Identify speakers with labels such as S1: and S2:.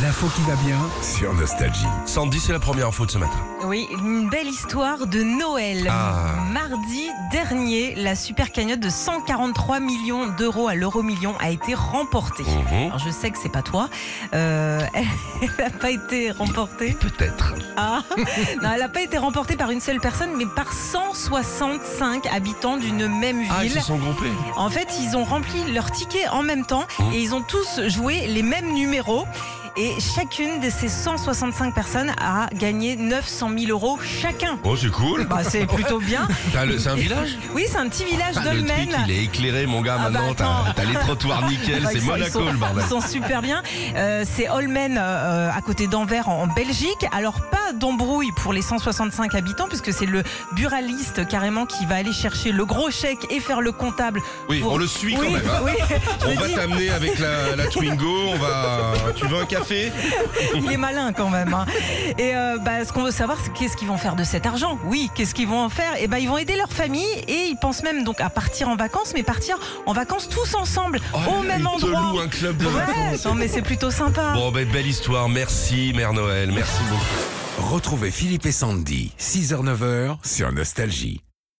S1: L'info qui va bien.
S2: Sur Nostalgie.
S3: Sandy, c'est la première info de ce matin.
S4: Oui, une belle histoire de Noël.
S3: Ah.
S4: Mardi dernier, la super cagnotte de 143 millions d'euros à l'euro million a été remportée.
S3: Mhm.
S4: Alors je sais que c'est pas toi. Euh, elle n'a pas été remportée.
S3: Peut-être.
S4: Ah. Non, elle n'a pas été remportée par une seule personne, mais par 165 habitants d'une même ville.
S3: Ah, ils se sont groupés.
S4: En fait, ils ont rempli leur ticket en même temps
S3: Mmh.
S4: et ils ont tous joué les mêmes numéros. Et chacune de ces 165 personnes a gagné 900 000 euros chacun.
S3: Oh, c'est cool.
S4: Bah, c'est plutôt bien.
S3: T'as le- C'est un village
S4: Oui, c'est un petit village
S3: Ah, Le truc,
S4: dolmen.
S3: il est éclairé, mon gars,
S4: Ah, bah,
S3: maintenant. t'as-
S4: attends.
S3: T'as les trottoirs nickel.
S4: Bah, ils
S3: c'est
S4: sont-
S3: Monaco,
S4: ils sont-
S3: le bordel.
S4: Ils sont super bien. Euh, c'est Holmen euh, à côté d'Anvers en, en Belgique. Alors pas d'embrouille pour les 165 habitants puisque c'est le buraliste carrément qui va aller chercher le gros chèque et faire le comptable.
S3: Oui,
S4: pour-
S3: on le suit quand
S4: Oui,
S3: même. hein.
S4: oui, je
S3: On
S4: me
S3: va
S4: dis,
S3: t'amener avec la, la Twingo, on va. Tu veux un café
S4: il est malin quand même. hein. Et euh, bah, ce qu'on veut savoir, c'est qu'est-ce qu'ils vont faire de cet argent Oui, qu'est-ce qu'ils vont en faire Et ben ils vont aider leur famille et ils pensent même donc à partir en vacances, mais partir en vacances tous ensemble
S3: Oh
S4: au même
S3: il te
S4: endroit.
S3: loue un club de
S4: Ouais,
S3: vacances.
S4: non mais c'est plutôt sympa.
S3: Bon, ben, belle histoire. Merci, Mère Noël. Merci beaucoup.
S2: Retrouvez Philippe et Sandy, 6h-9h, sur Nostalgie.